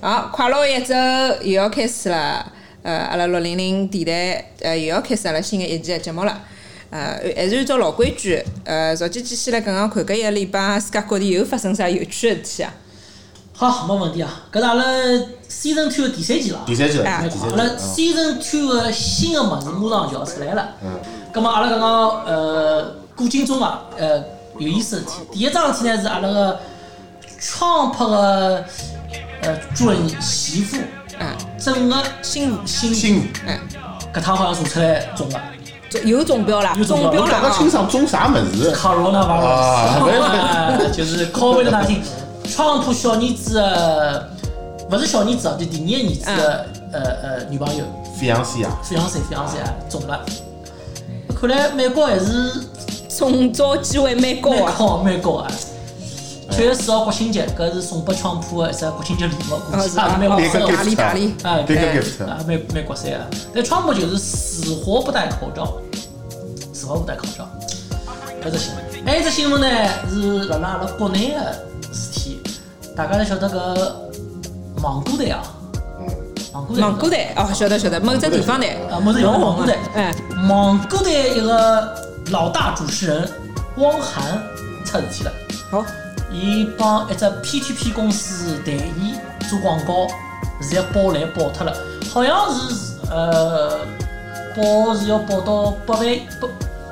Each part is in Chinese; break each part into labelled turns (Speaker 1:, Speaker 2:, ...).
Speaker 1: 好，快乐一周又要开始了。呃，阿拉六零零电台呃又要开始阿拉新的一期的节目了。呃，还是按照老规矩，呃，赵姐姐先来讲讲看，搿一个礼拜世界各地又发生啥有趣的事体啊？
Speaker 2: 好，没问题啊。搿是阿拉 season two 的第三季了啊。
Speaker 3: 第三季了，
Speaker 1: 哎
Speaker 3: 第
Speaker 2: 阿
Speaker 3: 三季
Speaker 2: 拉
Speaker 3: 了。嗯
Speaker 2: season two 的新的物事马上就要出来了。
Speaker 3: 嗯。
Speaker 2: 咁么阿拉刚刚呃古今中啊，呃有意思的事体。第一桩事体呢是阿拉个川普个呃准媳妇
Speaker 1: 嗯，
Speaker 2: 整个
Speaker 1: 新闻，
Speaker 2: 新
Speaker 3: 新闻，
Speaker 1: 嗯，
Speaker 2: 搿趟好像查出来中了
Speaker 1: 有中标啦，
Speaker 2: 有中
Speaker 1: 中标
Speaker 2: 标
Speaker 3: 我
Speaker 1: 啦
Speaker 3: 讲个清
Speaker 1: 啊！
Speaker 3: 爽中啥么子？
Speaker 2: corona
Speaker 3: 啊没没
Speaker 2: virus，就是高危的那听。川普小儿子的，勿是小儿子啊，就第二个儿子的
Speaker 1: 嗯
Speaker 2: 呃呃女朋友。
Speaker 3: 费扬西啊，
Speaker 2: 非常神，非常神，中了。看来美国还是
Speaker 1: 中招机会蛮高
Speaker 2: 蛮
Speaker 1: 啊！
Speaker 2: 高蛮高啊！七月四号国庆节，搿是送拨川普的一只国庆节礼物，估
Speaker 1: 哦
Speaker 2: 计
Speaker 1: 是吧
Speaker 2: 也蛮划
Speaker 1: 别
Speaker 3: 别个
Speaker 1: 个
Speaker 2: 算的，
Speaker 1: gift 大
Speaker 3: gift，
Speaker 1: 力大力
Speaker 2: 哎
Speaker 3: 别个
Speaker 1: 哎
Speaker 3: gift，
Speaker 2: 啊，蛮蛮划算的。但川普就是死活不戴口罩，死活不戴口罩，搿只新闻。还有一只新闻呢，是辣辣阿拉国内的事体，大家侪晓得搿芒果台啊，芒果台，
Speaker 1: 蒙古台哦，晓得晓得，某只地方台，
Speaker 2: 啊，某只
Speaker 1: 老
Speaker 2: 老
Speaker 1: 红
Speaker 2: 蒙古
Speaker 1: 的
Speaker 2: 台，，
Speaker 1: 哎，
Speaker 2: 蒙古台一个老大主持人汪涵出事体了，
Speaker 1: 好，呃
Speaker 2: 伊帮一只 P2P 公司代言做广告，现在爆雷爆脱了，好像是呃爆是要爆到八万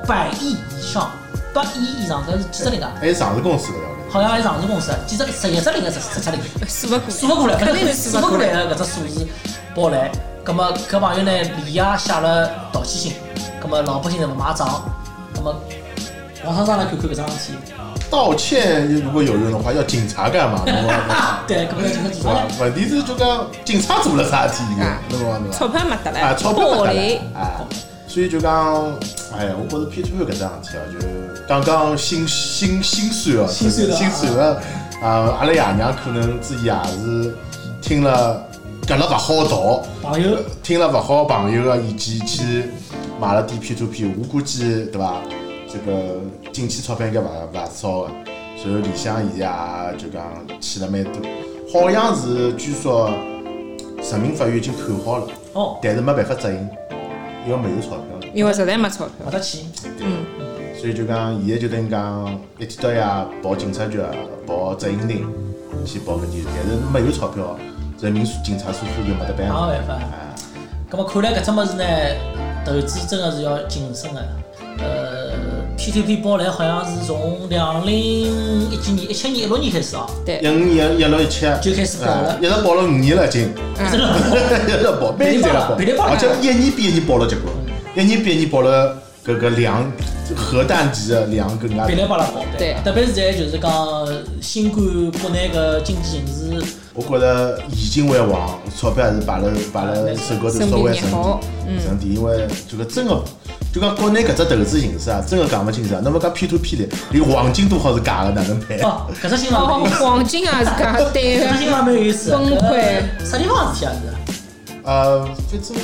Speaker 2: 百百亿以上，八亿以上，搿是几只零啊？
Speaker 3: 还有上市哎公司了，对
Speaker 2: 好像还上市公司，几只十一只零还是十七零？
Speaker 1: 数不过，
Speaker 2: 数勿过来，
Speaker 1: 肯定是
Speaker 2: 数
Speaker 1: 数
Speaker 2: 勿
Speaker 1: 不过
Speaker 2: 过来
Speaker 1: 来。
Speaker 2: 的搿只数字爆来，葛么搿朋友呢连夜写了道歉信，葛么老百姓侪勿买账，葛么网上上来看看搿桩事体，
Speaker 3: 不对？道歉如果有用的话，要警察干嘛？侬讲
Speaker 2: 对，搿么要警察
Speaker 3: 对
Speaker 2: 做啥
Speaker 3: 伐
Speaker 2: 呢？？
Speaker 3: 问题是就讲警察做了啥事体，
Speaker 1: 啊哎
Speaker 3: 侬讲对伐
Speaker 1: 钞？票没得了，
Speaker 3: 啊，钞票
Speaker 1: 暴
Speaker 3: 勿得
Speaker 1: 雷，
Speaker 3: 了，啊，所以就讲，哎呀，我觉着 P two 搿桩事体啊，就刚刚心心心酸哦，
Speaker 2: 心酸的啊
Speaker 3: 心酸的，啊，阿拉爷娘可能自己也是听了搿了勿好道，
Speaker 2: 朋友
Speaker 3: 听了勿好朋友的意见去买了点 P two P，我估计对伐？这个进去钞票应该勿勿少的，然后里向现在也啊就讲去了蛮多，好像是据说人民法院已经看好了。
Speaker 2: 哦，
Speaker 3: 但是没办法执行，因为没有钞票，
Speaker 1: 因为实在没钞票
Speaker 2: 没。得去，
Speaker 3: 所以就讲现在就等于讲一天到夜跑警察局、啊跑执行厅去跑搿点，但是没有钞票，人民警察叔叔就没得办
Speaker 2: 哪
Speaker 3: 法。
Speaker 2: 个办法？
Speaker 3: 啊，
Speaker 2: 葛么看来搿只物事呢，投资真的是要谨慎的。呃，P2P 爆雷好像是从两零一几年、一七年、一六年开始啊，
Speaker 3: 一五年、一六、一七
Speaker 2: 就开始跑了
Speaker 3: 啊一直跑了五年了，已经，
Speaker 2: 真的。
Speaker 3: 一直跑，每年侪辣跑，
Speaker 2: 噼里啪啦
Speaker 3: 而且一年比一年跑了结棍，一年比一年跑了搿个量，核弹级的量更加
Speaker 2: 噼
Speaker 3: 多。
Speaker 2: 里啪啦跑，
Speaker 1: 对
Speaker 2: 特别是在就是讲新冠国内个经济形势，
Speaker 3: 我觉着现金为王，钞票还是摆辣摆辣手高头稍微省点，省点，因为这个真个，就讲国内搿只投资形势啊，真个讲勿清爽。那么讲 P to P 的，连黄金都好是假的，哪能办？
Speaker 2: 哦，搿只新闻蛮
Speaker 1: 哦
Speaker 2: 有意，思，
Speaker 1: 黄金也是讲对
Speaker 2: 搿只新
Speaker 1: 的，
Speaker 2: 闻蛮有意思，
Speaker 1: 崩溃
Speaker 2: 搿啥地方事体啊？是？
Speaker 3: 呃，反正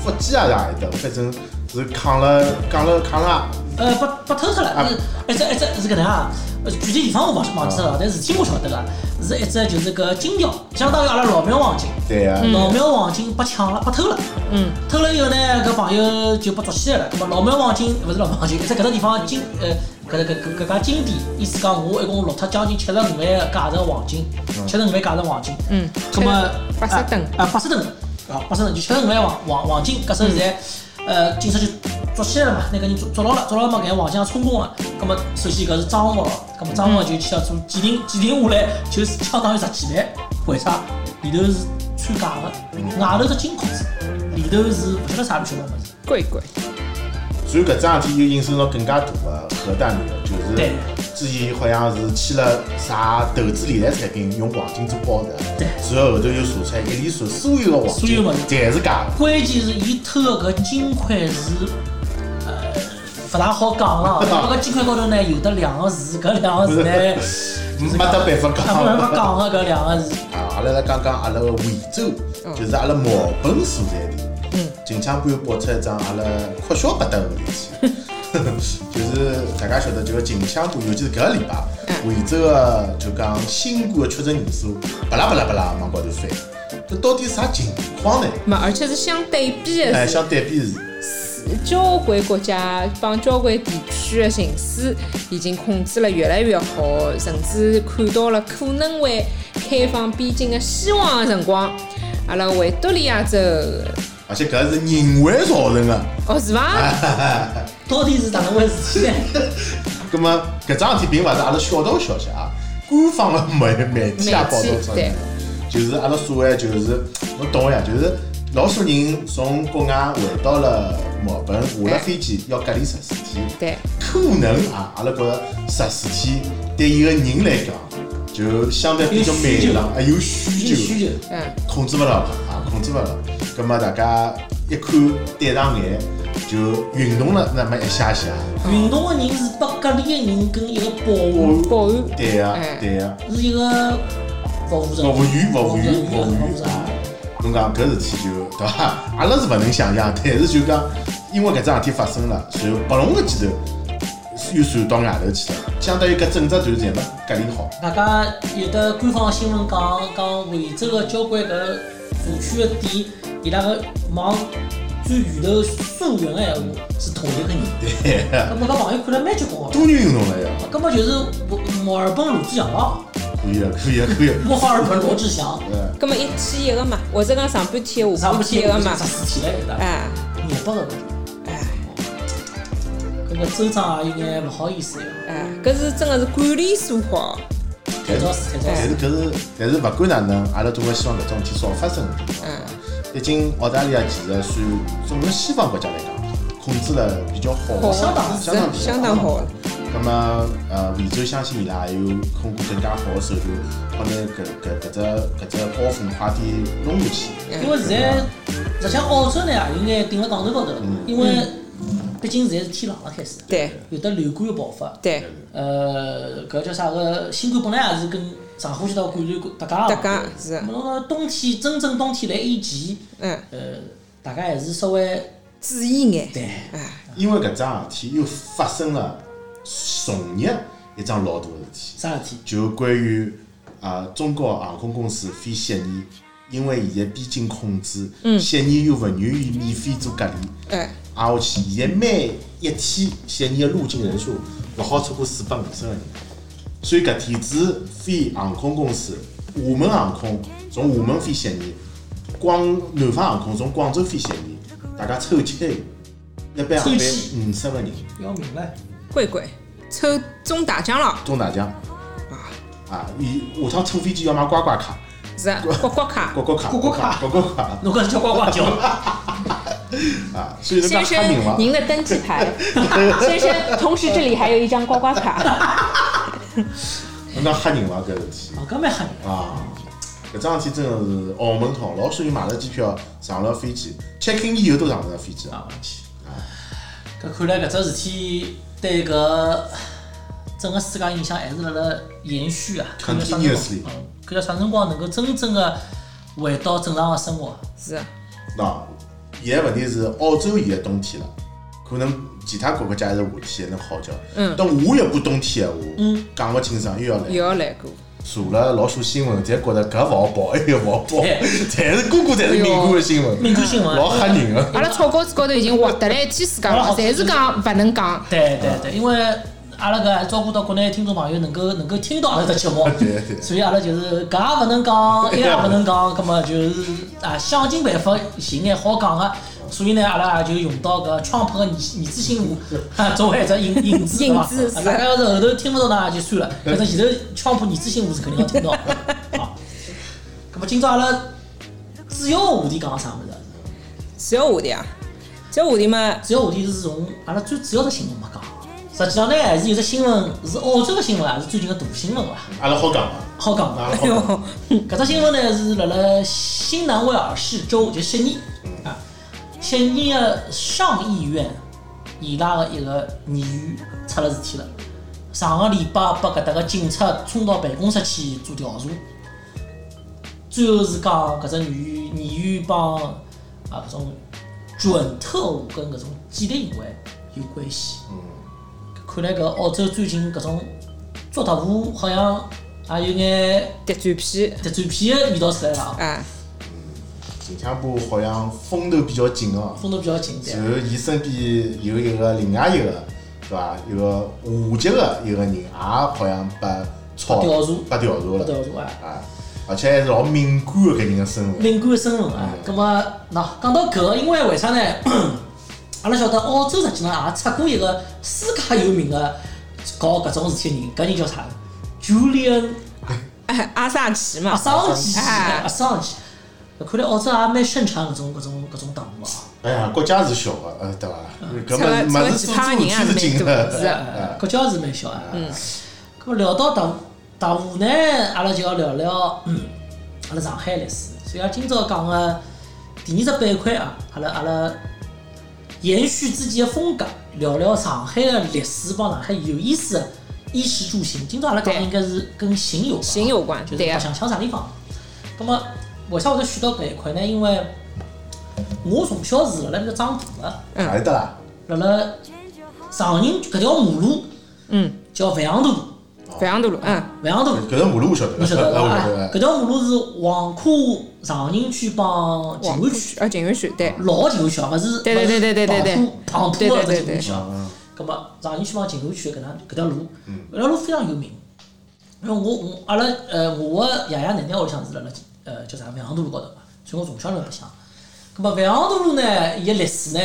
Speaker 3: 福建也是阿里搭，反正是扛了扛了扛了，
Speaker 2: 呃，被被偷脱了
Speaker 3: 啊，
Speaker 2: 是一只一只是搿能啊，呃具体地方我忘忘记脱了，但事体我晓得个，是一只就是搿金条，相当于阿拉老庙黄金，
Speaker 3: 对啊，
Speaker 2: 老庙黄金被抢了，被偷了，
Speaker 1: 嗯，
Speaker 2: 偷了以后呢，搿朋友就被抓起来了，葛末老庙黄金勿是老庙黄金，一只搿只地方金呃。搿搿搿搿家金店，意思讲我一共落脱将近七十五万的价值黄金，七十五万价值黄金，
Speaker 1: 嗯，
Speaker 2: 葛么
Speaker 1: 八十吨
Speaker 2: 啊，八十吨啊，八十吨就七十五万黄黄黄金，
Speaker 3: 嗯
Speaker 2: 搿时候现在呃警察就抓起来了嘛，那个人抓抓牢了，抓牢了嘛，搿黄金也充公了，葛么首先搿是赃物了，葛么赃物
Speaker 3: 嗯
Speaker 2: 就去要做鉴定，鉴定下来就是相当于十几万，为啥？里头是穿假的，外头是金壳子，里头是勿晓得啥乱七八糟物事，
Speaker 1: 贵贵。
Speaker 3: 所以搿桩事体又引申到更加大的核弹里了，就是
Speaker 2: 对
Speaker 3: 之前好像是签了啥投资理财产品用黄金做保值，
Speaker 2: 对
Speaker 3: 然后后头又查出来一连串所有的黄
Speaker 2: 所有
Speaker 3: 金
Speaker 2: 物事
Speaker 3: 侪是假的。
Speaker 2: 关键是伊偷的搿金块是。呃，勿大好讲了， 因为搿金块高头呢有得两个字，搿两个字呢，
Speaker 3: 没得办法
Speaker 2: 啊，没办法
Speaker 3: 讲。
Speaker 2: 讲个搿两个字。
Speaker 3: 啊，阿拉来讲讲阿拉个惠州，就是阿拉毛本所在地。嗯。近腔官爆出一桩阿拉哭笑不得个事体，就是大家晓得，就个近腔官，尤其是搿个礼拜，惠州个就讲新冠确诊人数，巴拉巴拉巴拉往高头翻。这到底啥情况呢？
Speaker 1: 嘛，而且是相对比的
Speaker 3: 哎，
Speaker 1: 事
Speaker 3: 像对比是，
Speaker 1: 交关国家帮交关地区的形势已经控制了越来越好，甚至看到了可能会开放边境的希望的辰光，阿拉维多利亚州，
Speaker 3: 而且搿是人为造成的。
Speaker 1: 哦是伐？
Speaker 2: 到底是哪能回事体呢？
Speaker 3: 葛么啊搿桩事体并勿是阿拉小道消息啊，官方的媒媒体也报道
Speaker 1: 媒体
Speaker 3: 出
Speaker 1: 对
Speaker 3: 来，就是阿拉所谓就是侬懂个呀，就是老多人从国外回到了墨尔本，下了飞机要隔离十四天，
Speaker 1: 对，
Speaker 3: 可能啊，阿拉觉着十四天对一个人来讲就相对比较
Speaker 2: 有需
Speaker 3: 漫
Speaker 2: 求
Speaker 3: 长，啊有需
Speaker 2: 有
Speaker 3: 求，
Speaker 2: 需求，
Speaker 1: 嗯，
Speaker 3: 控制勿牢啊，控制勿牢。葛么啊大家一看对上眼就运动了那么一下下，
Speaker 2: 运动的人是被隔离的人跟一个保护，
Speaker 1: 保安，
Speaker 3: 对呀、
Speaker 1: 哎
Speaker 3: 对呀、
Speaker 2: 是一个服务
Speaker 3: 服
Speaker 2: 人
Speaker 3: 务员，服务员，服
Speaker 2: 服务
Speaker 3: 务
Speaker 2: 人员
Speaker 3: 员啊！侬讲搿事体就对伐？阿拉是勿能想象，但是就讲因为搿桩事体发生了，所以拨弄个记头又传到外头去了，相当于搿整只团全部隔离好。
Speaker 2: 大家有的官方新闻讲讲惠州个交关搿社区个店，伊拉个往最源头溯源个闲话是同一个人。
Speaker 3: 对，
Speaker 2: 搿么搿朋友看了蛮结棍个，
Speaker 3: 多人运动了呀，
Speaker 2: 搿么就是墨墨尔本罗志祥咯，
Speaker 3: 可以了，可以了，可以了。
Speaker 2: 墨尔本罗志祥，
Speaker 3: 呃，
Speaker 1: 葛么一天一个嘛，或者讲上半天下
Speaker 2: 上
Speaker 1: 半
Speaker 2: 半
Speaker 1: 天
Speaker 2: 天
Speaker 1: 一个嘛
Speaker 2: 十，四天了，对伐？
Speaker 1: 啊，
Speaker 2: 牛逼个，
Speaker 1: 哎。
Speaker 2: 搿个州长也有眼勿好意思个，
Speaker 1: 哎，搿是真的是管理做好，
Speaker 2: 太早死，太早
Speaker 3: 但
Speaker 2: 死。
Speaker 3: 是搿是，但是勿管哪能，阿拉总归希望搿种事体少发生。
Speaker 1: 嗯，
Speaker 3: 毕竟澳大利亚其实算作为西方国家来讲，控制了比较好，
Speaker 1: 好
Speaker 2: 相当
Speaker 3: 相当
Speaker 1: 是相当好了。
Speaker 3: 那么，呃，惠州相信伊拉还有通过更加好的手段，好拿搿搿搿只搿只高峰快点弄下去。
Speaker 2: 因为现在实际上澳洲呢也有眼顶了杠头高头了，因为毕竟现在是天冷了开始，
Speaker 1: 嗯对
Speaker 2: 有的流感个爆发，
Speaker 1: 对，
Speaker 2: 呃，搿叫啥个新冠本来也是跟上呼吸道感染搭界
Speaker 1: 大
Speaker 2: 个嘛。
Speaker 1: 家是
Speaker 2: 咾，么侬讲冬天真正冬天来以前，
Speaker 1: 嗯，
Speaker 2: 呃，大家还是稍微
Speaker 1: 注意眼，
Speaker 2: 对，
Speaker 1: 哎，
Speaker 3: 因为搿桩事体又发生了重日一桩老大的事体，
Speaker 2: 啥事体？
Speaker 3: 就关于啊、中国航空公司飞悉尼，因为现在边境控制，悉尼又勿愿意免费做隔离，
Speaker 1: 哎，
Speaker 3: 挨下去现在每一天悉尼的入境人数勿好超过四百五十个人。所以搿天子飞航空公司，厦门航空从厦门飞悉尼，广南方航空从广州飞悉尼，大家抽签，一班航
Speaker 2: 抽
Speaker 3: 班
Speaker 2: 签
Speaker 3: 五十个人
Speaker 2: 要命唻！
Speaker 1: 乖乖，抽中大奖了
Speaker 3: 中大奖
Speaker 1: 啊！
Speaker 3: 啊！伊下趟乘飞机要买刮刮卡、
Speaker 1: 是啊，刮刮卡
Speaker 3: 刮，刮卡、
Speaker 2: 刮刮卡
Speaker 3: 刮刮卡
Speaker 2: 侬搿是叫呱呱叫，哦
Speaker 3: 啊！所以侬
Speaker 1: 先
Speaker 3: 讲黑名
Speaker 1: 生，
Speaker 3: 了，
Speaker 1: 您的登记 牌，先生，同时这里还有一张刮刮卡，
Speaker 3: 侬讲黑人伐？搿事
Speaker 2: 哦，搿蛮吓人。
Speaker 3: 体啊！搿桩事体真的是哦澳门痛，老多人买了机票，上了飞机，check in 以后都上勿了飞机啊！
Speaker 2: 啊，我去！搿看来搿只事体对搿整个世界影响还是辣辣延续啊。看叫啥辰
Speaker 3: Continuously
Speaker 2: 光，嗯看叫啥辰光能够真正的回到正常的生活。
Speaker 1: 是啊，
Speaker 3: 喏，现在问题是澳洲现在冬天了，可能其他国家还是夏天还能好叫。
Speaker 1: 嗯
Speaker 3: 等下一步冬天闲话，
Speaker 2: 嗯，
Speaker 3: 讲勿清爽又要来。
Speaker 1: 又要来过，
Speaker 3: 查了老许新闻，侪觉得搿勿好报，埃个勿好报，
Speaker 1: 哎
Speaker 2: 对
Speaker 3: 侪是个个侪是敏感的 新闻，
Speaker 2: 民族新闻。
Speaker 3: 老啊吓人个。，
Speaker 1: 阿拉草稿子高头已经划得来一天世界了，侪是讲勿能讲，
Speaker 2: 对对对，因为阿拉搿还照顾到国内听众朋友能够能够听到阿拉的节目
Speaker 3: 对对
Speaker 2: 所以阿拉就是搿也勿能讲，那也勿能讲，葛末就是啊想尽办法寻眼好讲个。所以呢，阿拉也就用到搿 Trump 个儿子儿子新闻， 作为一只引引子，
Speaker 1: 引子
Speaker 2: 对伐
Speaker 1: 是
Speaker 2: 啊大家要是后头听勿到呢，也就算了，反正前头 Trump 儿子新闻是肯定要听到的。啊，葛末今朝阿拉主要话题讲个啥物事啊？
Speaker 1: 只要话题啊，只要话题嘛，
Speaker 2: 主要话题是从阿拉最主要的新闻没讲。实际上呢，还是有只新闻是澳洲的新闻啊，是最近的大新闻伐？
Speaker 3: 阿拉好讲伐？
Speaker 2: 好讲
Speaker 3: 阿
Speaker 2: 伐？
Speaker 3: 拉好
Speaker 1: 哎
Speaker 3: 讲。
Speaker 1: 哟，
Speaker 2: 搿只新闻呢是辣辣新南威尔士州，就悉尼啊，悉尼的上议院伊拉的一个议员出了事体了。上个礼拜被搿搭个警察冲到办公室去做调查，最后是讲搿只女议员帮啊搿种准特务跟搿种间谍行为有关系。
Speaker 3: 嗯，
Speaker 2: 看来搿澳洲最近搿种做特务好像也有眼
Speaker 1: 谍战片
Speaker 2: 谍战片的味道出来了啊。
Speaker 1: 啊，
Speaker 3: 近腔部好像风头比较紧哦。
Speaker 2: 风头比较紧点。
Speaker 3: 然后伊身边有一个另外一个，对伐？有个下级的一个人，也好像被炒
Speaker 2: 被调查
Speaker 3: 被调查
Speaker 2: 不
Speaker 3: 了
Speaker 2: 得说啊，
Speaker 3: 啊，而且还是老敏感的搿人的身份。
Speaker 2: 敏感身份啊。咁么，喏，讲到搿个，因为为啥呢？ 阿拉晓得澳洲实际上也出过一个世界有名的搞搿种事体的人，搿人叫啥？Julian
Speaker 1: 哎阿萨奇嘛，
Speaker 2: 阿桑奇，
Speaker 1: 哎
Speaker 2: 阿桑奇。看来澳洲也蛮盛产搿种搿种搿种啊党嘛。
Speaker 3: 哎呀，国家是小的，呃，对伐？
Speaker 1: 这
Speaker 3: 搿
Speaker 1: 个
Speaker 3: 么
Speaker 1: 这
Speaker 3: 么
Speaker 1: 个
Speaker 3: 子
Speaker 1: 其
Speaker 3: 做
Speaker 1: 他
Speaker 3: 做
Speaker 1: 人也
Speaker 3: 事
Speaker 1: 蛮
Speaker 3: 情
Speaker 1: 多
Speaker 3: 的，
Speaker 1: 是
Speaker 2: 哎国家是蛮小啊。嗯。咁么聊到大大湖呢，阿拉就要聊聊嗯阿拉上海历史。所以阿拉今朝讲个第二只板块啊，阿拉阿拉延续自己的风格，聊聊上海的历史，帮上海有意思的衣食住行。今朝阿拉讲
Speaker 1: 对
Speaker 2: 应该是跟行有关啊
Speaker 1: 行有关
Speaker 2: 就是
Speaker 1: 对
Speaker 2: 白
Speaker 1: 啊
Speaker 2: 相腔啥地方。咁么为啥会得选到搿一块呢？因为我从小是辣辣搿个漳浦的。
Speaker 1: 嗯
Speaker 3: 哪里得啦？
Speaker 2: 辣辣长宁搿条马路
Speaker 1: 嗯，
Speaker 2: 叫万阳大路，
Speaker 1: 樊阳大路，嗯，
Speaker 2: 万阳大路
Speaker 3: 搿条马路我晓得，
Speaker 2: 侬晓得
Speaker 3: 哎
Speaker 2: 伐？
Speaker 3: 我晓
Speaker 2: 哎
Speaker 3: 得，
Speaker 2: 搿条马路是黄埔长宁区帮静
Speaker 1: 黄
Speaker 2: 安
Speaker 1: 浦
Speaker 2: 区，
Speaker 1: 区啊，静安区对，
Speaker 2: 老静安区啊，勿是
Speaker 1: 对对对对对对对
Speaker 2: 黄浦
Speaker 1: 对对
Speaker 2: 黄浦的
Speaker 1: 对
Speaker 2: 搿静安
Speaker 1: 对
Speaker 2: 区啊。葛末长宁区帮静安区搿能搿条路，搿条路非常有名。因为我我阿拉呃我个爷爷奶奶屋里向是辣辣呃叫啥万阳大路高头嘛，所以我从小辣白相。葛末万阳大路呢，伊个历史呢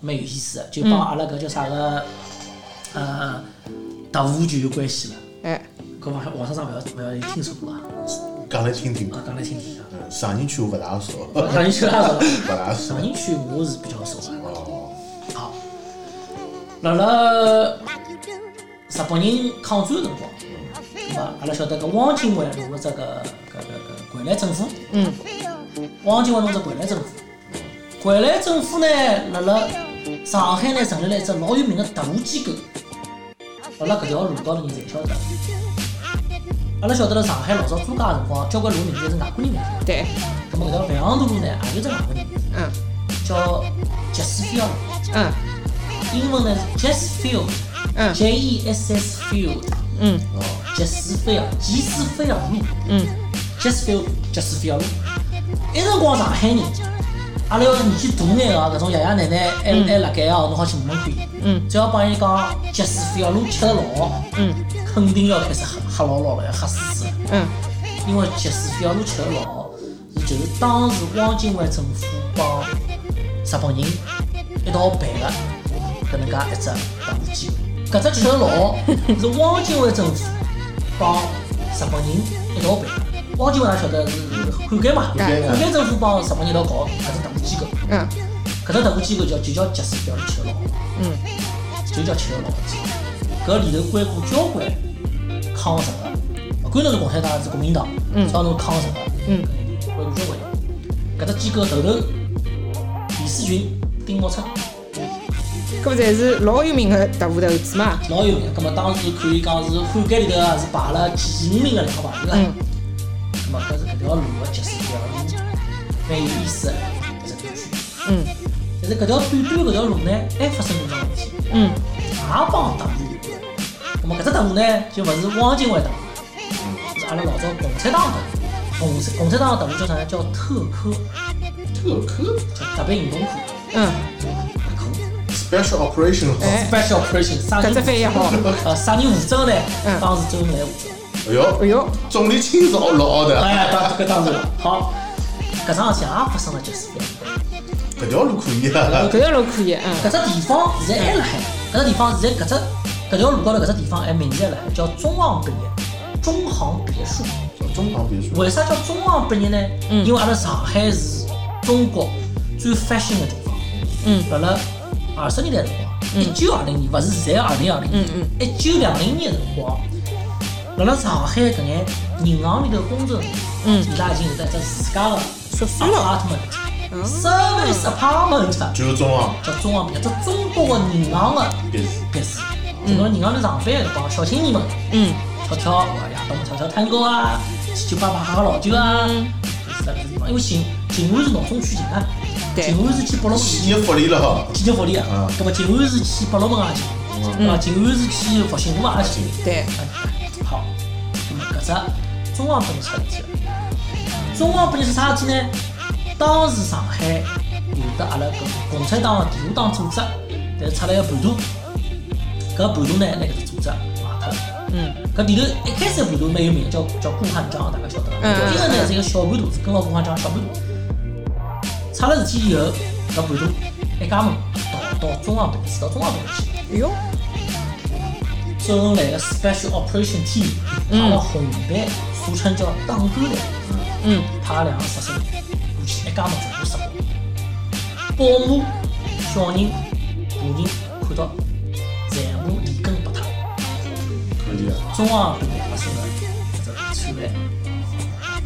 Speaker 2: 蛮有意思的，就帮阿拉搿叫啥个呃特务就有关系了。
Speaker 1: 哎，
Speaker 2: 搿网上网上上勿要勿要听说过啊，
Speaker 3: 讲来听听。
Speaker 2: 啊讲来听听啊。
Speaker 3: 嗯上宁区我勿大熟，
Speaker 2: 我上宁区也熟
Speaker 3: 勿大熟
Speaker 2: 上。宁区我是比较熟啊。
Speaker 3: 哦，
Speaker 2: 好，辣辣
Speaker 4: like you do.
Speaker 2: 日本人抗战的辰光，那么阿拉晓得搿汪精卫弄了只搿搿搿搿傀儡政府，
Speaker 1: 嗯，
Speaker 2: 汪精卫弄只傀儡政府，傀儡政府呢辣辣上海呢成立了一只老有名的特务机构，辣辣搿条路高头人侪晓得。阿拉晓得了上海老早租界的辰光，交关路名字是外国人名字。
Speaker 1: 对，
Speaker 2: 咁么搿条万阳大路呢，也有只外国人
Speaker 1: 嗯
Speaker 2: 叫 Jessfield，
Speaker 1: 嗯
Speaker 2: 英文呢是 Jessfield，J
Speaker 1: 嗯
Speaker 2: E S S Field，
Speaker 1: 嗯
Speaker 2: 杰斯菲尔，吉斯菲尔路，
Speaker 1: 嗯，
Speaker 2: 杰斯菲尔，杰斯菲尔路。一辰光上海人，阿拉要年纪大眼啊个搿种爷爷奶奶还还辣盖哦，侬好去问问看。
Speaker 1: 嗯，
Speaker 2: 只要帮伊讲杰斯菲尔路吃得牢，
Speaker 1: 嗯，
Speaker 2: 肯定要开始吓吓牢牢了，要吓死死了。
Speaker 1: 嗯
Speaker 2: 因为杰斯菲尔路吃得牢，是就是当时汪精卫政府帮日本人一道办的搿能介一只特务机构。搿只吃得牢是汪精卫政府帮日本人一道办的。汪精卫也晓得是汉奸嘛，
Speaker 1: 对
Speaker 2: 汉奸啊政府帮日本人一道搞搿只特务机构，
Speaker 1: 嗯
Speaker 2: 搿只特务机构叫就叫杰斯菲尔路吃得牢。
Speaker 1: 嗯，
Speaker 2: 就叫吃个老鸡。搿里头关过交关抗日的，勿管侬哦是共产党还是国民党，
Speaker 1: 嗯
Speaker 2: 只要侬抗日的，
Speaker 1: 嗯
Speaker 2: 搿里头关过交关人。搿只机构头头，李士群、丁默村
Speaker 1: 搿勿侪是老有名个特务头子嘛，
Speaker 2: 老有名。葛末当时可以讲是汉奸里头啊是排了前五名个两排头
Speaker 1: 嗯
Speaker 2: 啊。葛末搿是搿条路个结束，搿条路蛮有意思的搿只短句。
Speaker 1: 嗯
Speaker 2: 但是搿条短短搿条路呢，还发生过桩事体。
Speaker 1: 嗯
Speaker 2: 也帮特务有关。那么搿只特务呢，就勿是汪精卫特务，是阿拉老早共产党特务。共产共产党的特务叫啥呢？叫特科，
Speaker 3: 特科
Speaker 2: 叫特别行动科，
Speaker 1: 嗯，
Speaker 2: 特科。
Speaker 3: Special Operation 好，
Speaker 1: 哎
Speaker 2: Special Operation，啥人
Speaker 1: 搿只翻译好
Speaker 2: 呃，啥人负责呢？
Speaker 1: 嗯
Speaker 2: 当时周恩来负责。
Speaker 3: 哎呦
Speaker 1: 哎，哟，
Speaker 3: 总理亲自老的，
Speaker 2: 哎，当搿当然了。好，搿桩事体也发生了结束。
Speaker 3: 搿条路可以啊。
Speaker 1: 搿条路可以，嗯
Speaker 2: 搿只地方现在还辣海，搿只地方现在搿只搿条路高头搿只地方还名字还辣海，叫中航别中航别墅。
Speaker 3: 中行别墅，
Speaker 2: 为啥叫中行毕业呢？
Speaker 1: 嗯
Speaker 2: 因为阿拉上海是中国最 fashion 的地方。
Speaker 1: 嗯，
Speaker 2: 辣辣二十年代的辰光，一九二零年，勿是现在二零二零
Speaker 1: 嗯
Speaker 2: 年，一九两零年的辰光，辣辣上海搿眼银行里头工作人员，
Speaker 1: 嗯
Speaker 2: 伊拉已经有得一只自家的
Speaker 1: 宿舍了
Speaker 2: apartment，service apartment，
Speaker 3: 就是中啊行
Speaker 2: 叫中行毕业，叫中国的银行的
Speaker 3: 别墅。
Speaker 2: 别墅。就侬银行里上班的辰光，小青年们。
Speaker 1: 嗯
Speaker 2: 跳跳夜到跳跳探戈啊，去酒吧喝喝老酒啊，就是搿地方。因为静静安是闹中取静啊，
Speaker 1: 对
Speaker 2: 静安是去北龙门
Speaker 3: 企业福利了哈，
Speaker 2: 去福利啊
Speaker 3: 嗯，
Speaker 2: 葛末静安是去北龙门啊也去，对伐？静安是去复兴路也啊去。
Speaker 1: 对，
Speaker 2: 好，嗯那么搿只中央本事出事体了。中央本事啥事体呢？当时上海有得阿拉搿共产党个第五党组织，但是出来个叛徒，搿叛徒呢拿搿只组织卖脱了。
Speaker 1: 嗯
Speaker 2: 搿里头一开始盘头蛮有名，叫叫顾汉章，大家晓得伐？
Speaker 1: 嗯
Speaker 2: 今个呢是一个小盘头，跟牢顾汉章小盘头。出了事体以后，搿盘头一家门逃到中央办事，到中央办事去，
Speaker 1: 哟，
Speaker 2: 周恩来个 Special Operation Team 派了红队，俗称叫“当官队”，
Speaker 1: 嗯
Speaker 2: 派了两个杀手过去，一家门全部杀光，保姆、小人、大人看到，全部连根拔脱。
Speaker 3: 可以啊。
Speaker 2: 中央办发生了这个惨案，啊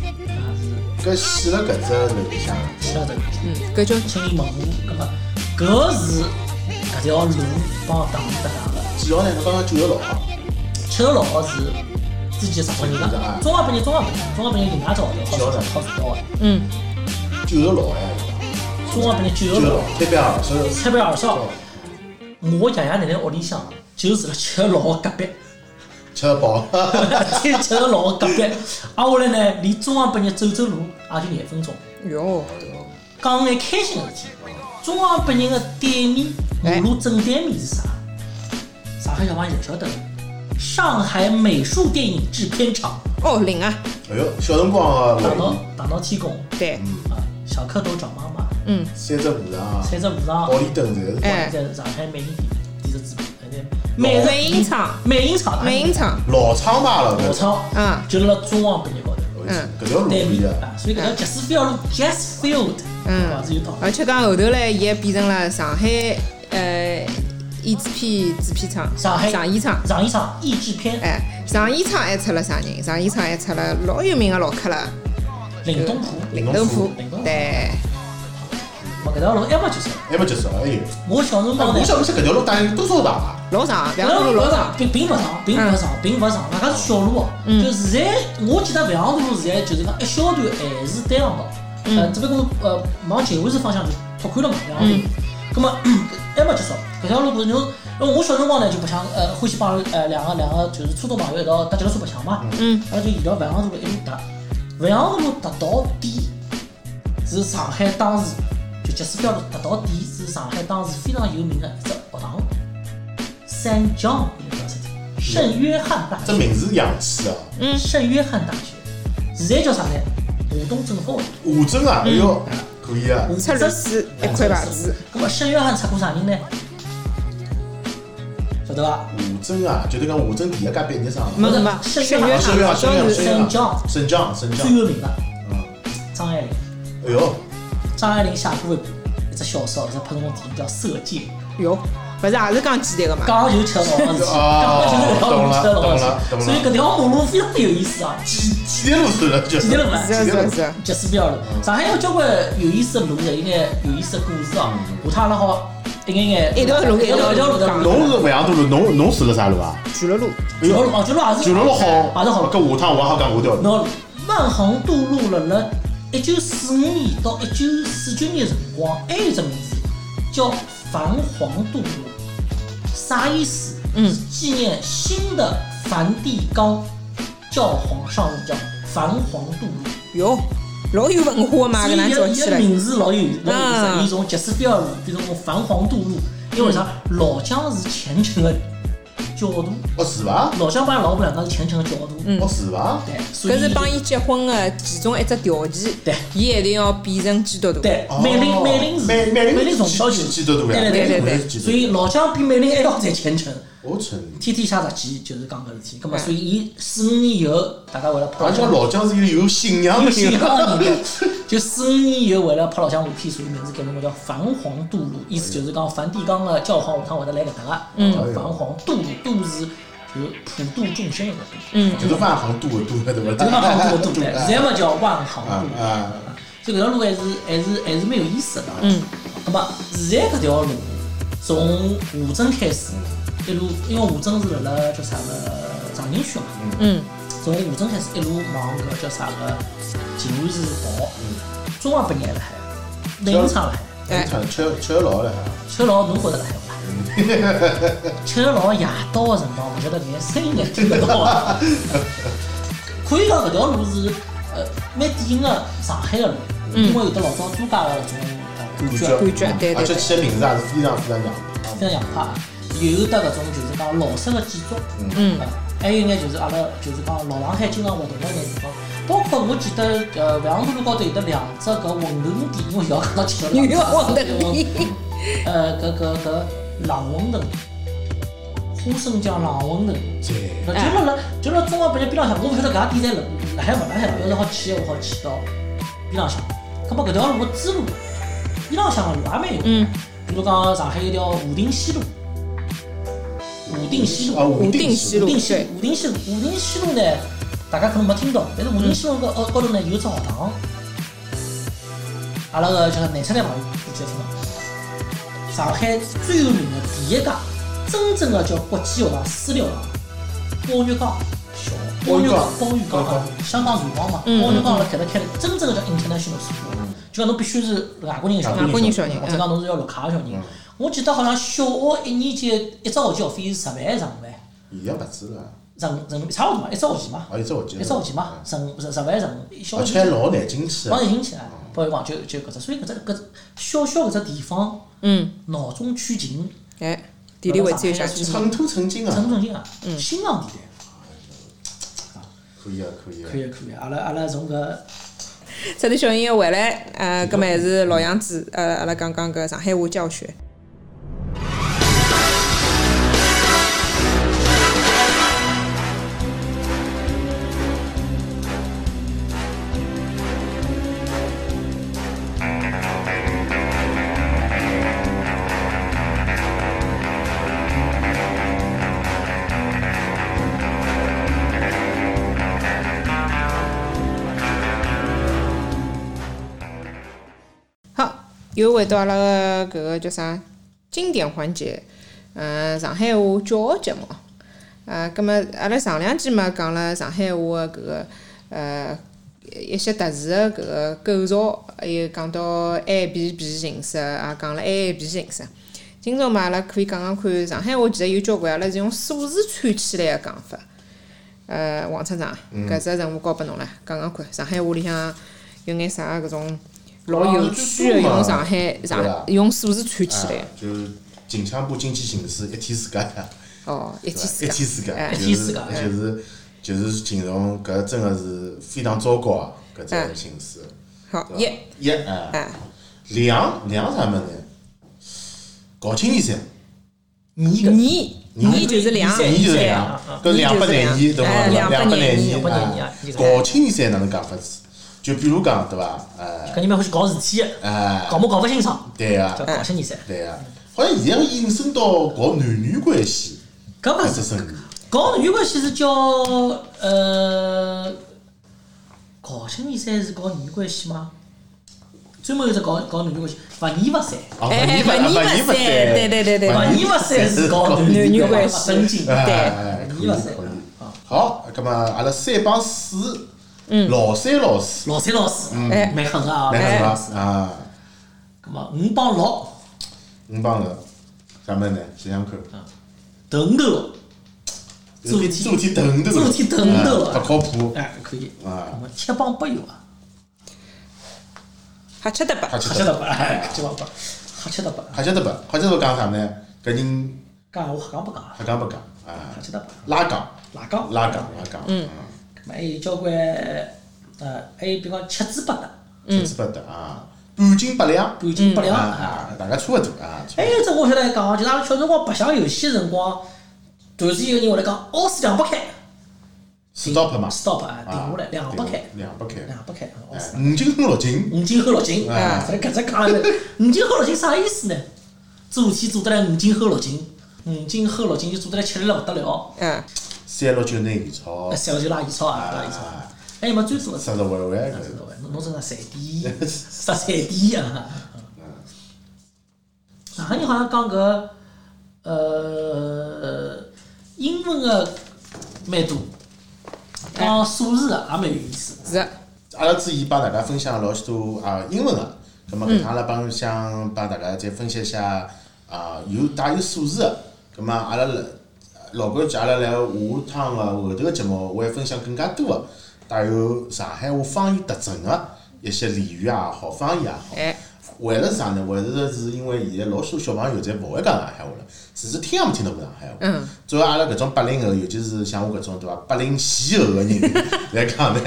Speaker 2: 是
Speaker 3: 搿死了搿只楼里向，
Speaker 2: 七了头，
Speaker 1: 嗯，搿叫
Speaker 2: 亲民门户，葛么搿是搿条路帮打搭上的。
Speaker 3: 几号呢？侬刚刚九十六号，
Speaker 2: 七个老号是之前十八人的，中央办人中央办人，中央办人另外一只号头好像是靠主导的，
Speaker 1: 嗯
Speaker 3: 九十六呀，
Speaker 2: 中央办人九
Speaker 3: 九
Speaker 2: 个
Speaker 3: 十六
Speaker 2: 老，
Speaker 3: 那边二十六，
Speaker 2: 七百二十号。我爷爷奶奶屋里向就住了七个老的隔壁。
Speaker 3: 吃得饱， 哎
Speaker 2: 天吃个老隔壁，啊挨下来呢，离中央八日走走路也就廿分钟。
Speaker 1: 哎哟，
Speaker 2: 讲眼开心个事体。中央北人个对面，马路正对面是啥？上海小朋友晓得伐？上海美术电影制片厂，
Speaker 1: 哦灵啊，
Speaker 3: 哎哟，小辰光啊
Speaker 2: 打
Speaker 3: 个
Speaker 2: 闹
Speaker 3: 回
Speaker 2: 打闹天宫
Speaker 1: 对，
Speaker 2: 啊，小蝌蚪找妈妈，
Speaker 1: 嗯
Speaker 3: 忆，三只和尚，
Speaker 2: 三只和尚，
Speaker 3: 保利灯侪是
Speaker 1: 哎，
Speaker 2: 在上海美影电视制片，哎对，
Speaker 3: 老
Speaker 2: 美
Speaker 1: 美影厂，
Speaker 2: 美影厂，
Speaker 1: 美影厂，
Speaker 3: 老厂牌了，
Speaker 2: 老
Speaker 3: 搿
Speaker 2: 厂，
Speaker 1: 嗯
Speaker 2: 就辣中央北人高头。
Speaker 1: 嗯
Speaker 3: 搿条路
Speaker 2: 对
Speaker 3: 里
Speaker 2: 面
Speaker 3: 啊，
Speaker 2: 啊，所以搿条 Jasfield Jasfield
Speaker 1: 嗯
Speaker 2: 房子有道理。
Speaker 1: 而且讲后头嘞，伊还变成了上海呃译制片制片厂，
Speaker 2: 上海
Speaker 1: 上艺厂。
Speaker 2: 上一场译制片，
Speaker 1: 哎，上艺厂还出了啥人？上艺厂还出了老有名的老客了，
Speaker 2: 林东浦，
Speaker 1: 林
Speaker 3: 东
Speaker 1: 东
Speaker 3: 甫
Speaker 1: 甫
Speaker 2: 林东，甫
Speaker 1: 对，
Speaker 2: 我搿条路要么就是。
Speaker 3: 还没结束，哎呦，
Speaker 2: 我小
Speaker 1: 啊
Speaker 2: 辰光呢
Speaker 3: 我，想勿起搿条路大概多少大啊？
Speaker 1: 老长，
Speaker 2: 搿
Speaker 1: 两个
Speaker 2: 路
Speaker 1: 路老长，
Speaker 2: 并并勿长，并勿长，并勿长，外加是小路哦。就现在，我记得搿航路现在就是讲一小段还是单行道，呃，只不过呃往旧湾市方向就拓宽了嘛，两行路。葛末还没结束，搿条路不是侬，因为我小辰光呢就白相，呃，欢喜帮呃两个两个就是初中朋友一道搭脚踏车白相嘛，
Speaker 1: 嗯，
Speaker 2: 阿拉就沿着万航路一路搭，万航路搭到底是上海当时就集市标路搭到底是上海当时非常有名的一只学堂，三江 University，圣约翰大
Speaker 3: 这
Speaker 2: 学，
Speaker 3: 名字洋气啊，
Speaker 1: 嗯
Speaker 2: 圣约翰大学，现在叫啥呢？华东政法学堂。
Speaker 3: 武镇啊，哎哟，可以啊，
Speaker 1: 出律师一块牌子，。
Speaker 2: 咁么圣约翰出过啥人呢？晓得伐？
Speaker 3: 武镇啊，就是讲武镇第一家毕业生啊，
Speaker 1: 没什么
Speaker 2: 圣
Speaker 1: 圣
Speaker 2: 约
Speaker 1: 约
Speaker 3: 圣约
Speaker 1: 翰，
Speaker 3: 翰，圣约
Speaker 1: 当时
Speaker 3: 翰，圣约
Speaker 2: 沈
Speaker 3: 翰，
Speaker 2: 江
Speaker 3: 沈江，沈江
Speaker 2: 最，有名的
Speaker 3: 嗯，
Speaker 2: 张爱玲，
Speaker 3: 哎哟，
Speaker 2: 张爱玲写过一部一只小说，一只喷红电影叫《色戒》，
Speaker 1: 哟，不是啊也是讲几代个嘛？
Speaker 2: 讲的就是吃老的事体，讲的就是搿条路吃老的事体，所以搿条马路非常有意思啊，
Speaker 3: 几几条路算了，就是
Speaker 2: 记得了伐？
Speaker 1: 是啊是啊是啊，
Speaker 2: 杰斯标了。上海有交关有意思的路的，有眼有意思的故事哦。下趟阿拉好一眼眼
Speaker 1: 一条路
Speaker 2: 一条一条路的
Speaker 1: 讲
Speaker 3: 侬是搿样多路，侬侬算了啥路啊？
Speaker 1: 巨鹿路，
Speaker 3: 哎
Speaker 2: 九
Speaker 3: 哟
Speaker 2: 条路哦，九条路也是
Speaker 3: 九龙路好，
Speaker 2: 也是好路。嗯
Speaker 3: 搿下趟我也好讲我条路。
Speaker 2: 喏，万航渡路辣辣一九四五年到一九四九年的辰光，还有一只名字叫繁黄渡路，啥意思？
Speaker 1: 嗯
Speaker 2: 是纪念新的梵蒂冈教皇上任，叫繁黄渡路。
Speaker 1: 哟，老有文化嘛，
Speaker 2: 所以
Speaker 1: 搿能叫
Speaker 2: 伊
Speaker 1: 起
Speaker 2: 伊个
Speaker 1: 来，
Speaker 2: 名字老有老有意思，
Speaker 1: 嗯
Speaker 2: 伊从杰斯比尔路变成繁黄渡路，因为啥？
Speaker 1: 嗯
Speaker 2: 老蒋是虔诚的教徒，
Speaker 3: 哦是伐？
Speaker 2: 老蒋帮伊老婆两个是虔诚的教徒，
Speaker 1: 嗯
Speaker 3: 哦是伐？
Speaker 2: 对，所以
Speaker 1: 搿是帮
Speaker 2: 伊
Speaker 1: 伊结婚的其中一只条件
Speaker 2: 对，
Speaker 1: 伊一定要变成基督徒。
Speaker 2: 对
Speaker 3: 哦
Speaker 2: 美林美林是
Speaker 3: 美美
Speaker 2: 美
Speaker 3: 林
Speaker 2: 林从小就
Speaker 3: 基基督徒呀，
Speaker 2: 对对
Speaker 1: 对对
Speaker 3: 美
Speaker 1: 对
Speaker 3: 林是基督
Speaker 2: 所以老蒋比美林哎还要再虔诚，
Speaker 3: 徒。我承认。
Speaker 2: 天天写日记就是讲搿事体。葛么，
Speaker 1: 嗯
Speaker 2: 所以伊四五年以后，大家为了拍
Speaker 3: 而且
Speaker 2: 蒋
Speaker 3: 老蒋是一个有信仰的
Speaker 2: 有信
Speaker 3: 人啊
Speaker 2: 仰，的人， 就四五年以后为了拍老乡五片，所以名字改成叫繁黄渡路，意思就是讲梵蒂冈的教皇下趟会得来搿搭个，
Speaker 3: 嗯
Speaker 2: 叫繁黄渡路，渡是就是普度众生的搿渡，
Speaker 1: 嗯，
Speaker 3: 就是万行渡的渡 的，对伐？
Speaker 2: 万航渡的渡，现在嘛叫万航
Speaker 3: 啊
Speaker 2: 渡路，
Speaker 3: 啊，
Speaker 2: 所以搿条路还是还是还是蛮有意思的。
Speaker 1: 嗯，
Speaker 2: 那么现在搿条路从吴镇开始，一路因为吴镇是辣辣叫啥个长宁区嘛，
Speaker 1: 嗯，
Speaker 2: 从吴镇开始一路往搿叫啥个静安寺跑，中央毕业了还，内影厂了还，
Speaker 1: 哎，
Speaker 3: 吃吃吃老了还，
Speaker 2: 吃老侬觉得了还伐？吃老夜到个辰光，勿晓得搿眼声音还听得到啊伐？可以讲搿条路是呃蛮典型个上海个路，因为有的老早度假的搿种呃
Speaker 3: 感
Speaker 2: 感
Speaker 3: 觉
Speaker 2: 觉，
Speaker 1: 感觉对对
Speaker 3: 而且去啊的名字也是非常非常洋派。
Speaker 2: 非常洋派，有的搿种就是讲老式的建筑，
Speaker 1: 嗯
Speaker 2: 啊，还有眼就是阿拉就是讲老上海经常活动的搿辰光，包括我记得呃万航路高头有得两只搿馄饨店，因为要讲到去了
Speaker 1: 女
Speaker 2: 两
Speaker 1: 要
Speaker 2: 只
Speaker 1: 往的你，
Speaker 2: 呃搿搿搿冷馄饨，花生酱冷馄饨。
Speaker 3: 对，
Speaker 2: 那就辣辣就辣中华北路边浪向，我勿晓得搿家店在辣辣海勿辣海了。要是好去，我好去到边浪向。葛末搿条路的支路，边浪向的路也蛮有。
Speaker 1: 嗯，
Speaker 2: 比如讲上海有条武定西路，武定西
Speaker 3: 啊，
Speaker 2: 路，
Speaker 3: 武
Speaker 1: 定西路对
Speaker 2: 哦武定西
Speaker 3: 西路
Speaker 2: 路，武定西路，武定西路呢，大家可能没听到，但是武定西路高高头呢有一只学堂。阿拉个就是南昌台朋友估计也听到，上海最有名的第一家真正的叫国际学堂、私立学堂，包月岗小学，包月岗，包月岗啊，香港辰光嘛，
Speaker 1: 嗯
Speaker 2: 包月岗辣开头开了真正的叫 international school，就讲侬必须是外国人的小
Speaker 1: 外
Speaker 2: 孩
Speaker 1: 国人啊小人
Speaker 2: 或者讲侬是要绿卡的小人。我记得好像小学一年级一只学期学费是十万上万，
Speaker 3: 现在勿止了，
Speaker 2: 人人民币差勿多嘛，一只学期嘛，
Speaker 3: 啊，一只学期，
Speaker 2: 一只学期嘛，十十十万人民币，小
Speaker 3: 而
Speaker 2: 学
Speaker 3: 且
Speaker 2: 期
Speaker 3: 还老难进去的
Speaker 2: 帮。人兴起来，包括讲就就搿只，所以搿只搿只小小搿只地方
Speaker 1: 嗯，
Speaker 2: 闹中取静，
Speaker 1: 哎，地理位置有下去，
Speaker 3: 尘土成精
Speaker 2: 正
Speaker 3: 啊！
Speaker 2: 不正经啊，新浪地带。
Speaker 3: 可以啊，可以啊
Speaker 2: 可。以可以，阿拉阿拉从搿
Speaker 1: 彻底小音乐回来，呃，葛末还是老样子，呃，阿拉讲讲搿上海话教学。好，又回到阿拉个搿呃个叫啥经典环节，呃，上海话教学节目。呃，葛末阿拉上两期嘛讲了上海话个搿个呃一些特殊的搿个构造，还有讲到 A B B 形式，也讲了 A A B 形式。今朝嘛，阿拉可以讲讲看上海话，其呃实有交关阿拉是用数字串起来个讲法。呃，王厂长，
Speaker 3: 嗯
Speaker 1: 搿只任务交拨侬了，讲讲看上海话里向有眼啥搿种老有趣个
Speaker 3: 哦啊就多嘛
Speaker 1: 用上海
Speaker 3: 对
Speaker 1: 上
Speaker 3: 吧
Speaker 1: 用数字串起来
Speaker 3: 啊。，就是近腔部经济形势一天世界呀，
Speaker 1: 哦，一天世
Speaker 3: 对
Speaker 1: 界，
Speaker 3: 啊吧一天世界
Speaker 1: 哎，
Speaker 3: 啊就
Speaker 2: 一天世界
Speaker 3: 是
Speaker 2: 哎
Speaker 3: 就是就是形容搿真的是非常糟糕啊，搿种形势。
Speaker 1: 好，
Speaker 3: 对
Speaker 1: 一
Speaker 3: 吧，一哎，
Speaker 1: 哎，
Speaker 3: 两两啥物事呢？搞清点噻，
Speaker 2: 你搿
Speaker 1: 你你就是两，
Speaker 2: 哎
Speaker 3: 一就是
Speaker 2: 哎
Speaker 3: 两，搿两百
Speaker 1: 两
Speaker 3: 难一，对伐？
Speaker 1: 哎
Speaker 3: 两
Speaker 1: 两百
Speaker 3: 难
Speaker 1: 难
Speaker 2: 一
Speaker 3: 一，
Speaker 2: 两百难一
Speaker 3: 哎
Speaker 2: 一个
Speaker 3: 搞清点噻，哪能讲法子？就比如讲，对伐？呃，
Speaker 2: 搿你蛮欢喜搞事体的，
Speaker 3: 哎，
Speaker 2: 搞么搞勿清爽，
Speaker 3: 对啊
Speaker 2: 叫，搞些你噻。
Speaker 3: 对啊，好像现在引申到搞男女关系，
Speaker 2: 搿
Speaker 3: 搿
Speaker 2: 勿
Speaker 3: 只
Speaker 2: 是
Speaker 3: 生意。
Speaker 2: 搞男女关系是叫呃，搞清你噻是搞男女关系吗？专门有只搞搞男女关系，勿你勿散，
Speaker 3: 啊，
Speaker 1: 哎
Speaker 3: 勿
Speaker 1: 勿
Speaker 3: 勿
Speaker 1: 腻勿散对对对对
Speaker 2: 勿你勿散是搞男
Speaker 1: 男女
Speaker 2: 关
Speaker 1: 关
Speaker 2: 系，勿
Speaker 1: 系
Speaker 2: 正经。
Speaker 3: 哎
Speaker 1: 对
Speaker 3: 哎
Speaker 2: 勿
Speaker 3: 可
Speaker 2: 你
Speaker 3: 以
Speaker 2: 勿
Speaker 3: 可
Speaker 2: 散
Speaker 3: 以。
Speaker 2: 啊，
Speaker 3: 好，葛末阿拉三帮四，老三老四，
Speaker 2: 老三老四，
Speaker 3: 嗯
Speaker 1: 哎
Speaker 2: 蛮狠个啊，
Speaker 3: 来
Speaker 2: 蛮
Speaker 3: 是
Speaker 2: 狠
Speaker 3: 伐？
Speaker 2: 个。
Speaker 3: 啊，
Speaker 2: 葛末五帮六，
Speaker 3: 五帮六，啥物事呢？想想看，
Speaker 2: 头五头六，做天
Speaker 3: 做天等头，
Speaker 2: 做天等头
Speaker 3: 哎勿靠谱，
Speaker 2: 哎，可以。
Speaker 3: 啊
Speaker 2: 葛末七帮八有啊。
Speaker 1: 瞎吃得吧
Speaker 3: 瞎？吃
Speaker 2: 瞎吃得白，哎，七帮八，瞎吃得白。
Speaker 3: 瞎晓得吧？瞎晓得讲啥呢？搿人
Speaker 2: 讲我瞎讲不讲啊？
Speaker 3: 瞎讲不讲
Speaker 2: 瞎
Speaker 3: 啊？
Speaker 2: 吃得白，
Speaker 3: 拉讲
Speaker 2: 哪讲？
Speaker 3: 拉讲拉讲，嗯，
Speaker 2: 咁还有交关呃，还有比如讲七子八达，
Speaker 3: 七七八搭啊，半斤八两
Speaker 2: 半斤八两啊。
Speaker 3: 啊，大家差勿多啊，差
Speaker 2: 还
Speaker 3: 勿多
Speaker 2: 有一只我晓得讲，就是阿拉小辰光白相游戏的辰光，突然之间有人会来讲，奥斯两百开
Speaker 3: 四刀拍嘛，
Speaker 2: ，stop 啊，停
Speaker 3: 啊
Speaker 2: 下来两百开，
Speaker 3: 两百开，
Speaker 2: 两百开，奥
Speaker 3: 哎
Speaker 2: 斯
Speaker 3: 五斤跟六斤，
Speaker 2: 五斤后六斤，哎
Speaker 3: 啊
Speaker 2: 搿只讲了，五斤后六斤啥意思呢？做事体做得来五斤后六斤，五斤后六斤就做得来吃力了不得了，
Speaker 1: 嗯，
Speaker 3: 三六九拿盐炒
Speaker 2: 那，三个就拉伊操啊，拉伊操。还有没最多的？
Speaker 3: 实实惠惠搿
Speaker 2: 是
Speaker 3: 种。
Speaker 2: 的喂侬侬是啥三 D，啥三 D 啊？上海人好像讲搿呃英文的蛮多，讲数字的也蛮有意思。
Speaker 1: 是的，
Speaker 3: 阿拉之前帮大家分享了老许多啊英文个，葛末搿趟阿拉帮想帮大家再分析一下啊有带有数字个，葛末啊阿拉来老啊规矩，阿拉来下啊趟个后头个节目我会分享更加多个带有上海话方言特征个，啊一些俚语也啊好，方言也好。
Speaker 1: 哎，
Speaker 3: 为了啥呢？为了是因为现在老许多小朋友侪勿会讲上海话了，只是听也没听得过上海话。
Speaker 1: 嗯。
Speaker 3: 作为阿拉搿种八零后，尤其是像我搿种对伐八零前后个人 来讲呢，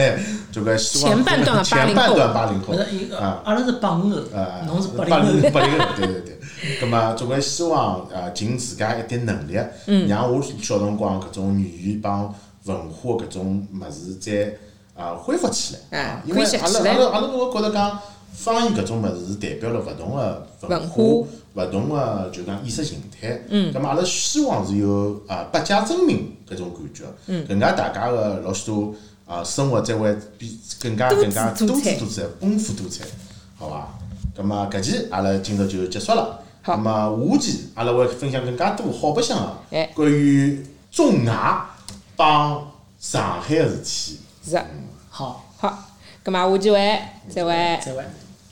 Speaker 3: 就搿希望
Speaker 1: 前半段的
Speaker 3: 前半段八零后
Speaker 2: 勿是一个
Speaker 3: 啊，
Speaker 2: 阿拉是八五后
Speaker 3: 呃，，
Speaker 2: 侬是八
Speaker 3: 八
Speaker 2: 零后。
Speaker 3: 八零后，对对对。葛末总归希望呃，尽自家一点能力，啊让我小辰光搿种语言帮文化搿种物事再啊恢复起来。
Speaker 1: 哎
Speaker 3: 啊因为
Speaker 1: 恢复
Speaker 3: 阿
Speaker 1: 起
Speaker 3: 拉
Speaker 1: 来
Speaker 3: 阿拉阿拉我觉得讲方言搿种物事是代表了勿同个文
Speaker 1: 文
Speaker 3: 化、
Speaker 1: 化
Speaker 3: 勿同个就讲意识形态。嗯。咁阿拉希望是有啊百家争鸣搿种感觉。嗯。搿能介大家个老许多啊生活才会比更加
Speaker 1: 多姿
Speaker 3: 更加
Speaker 1: 多
Speaker 3: 多姿
Speaker 1: 彩
Speaker 3: 多彩、丰富多彩，好伐？咁么搿期阿拉今朝就结束了。
Speaker 1: 好
Speaker 3: 咁么下期阿拉会分享更加多好白相个
Speaker 1: 哎
Speaker 3: 关于中外帮上海个事体。
Speaker 1: 是的，
Speaker 2: 好，
Speaker 1: 好，咁啊，下期会，再会。
Speaker 2: 再会。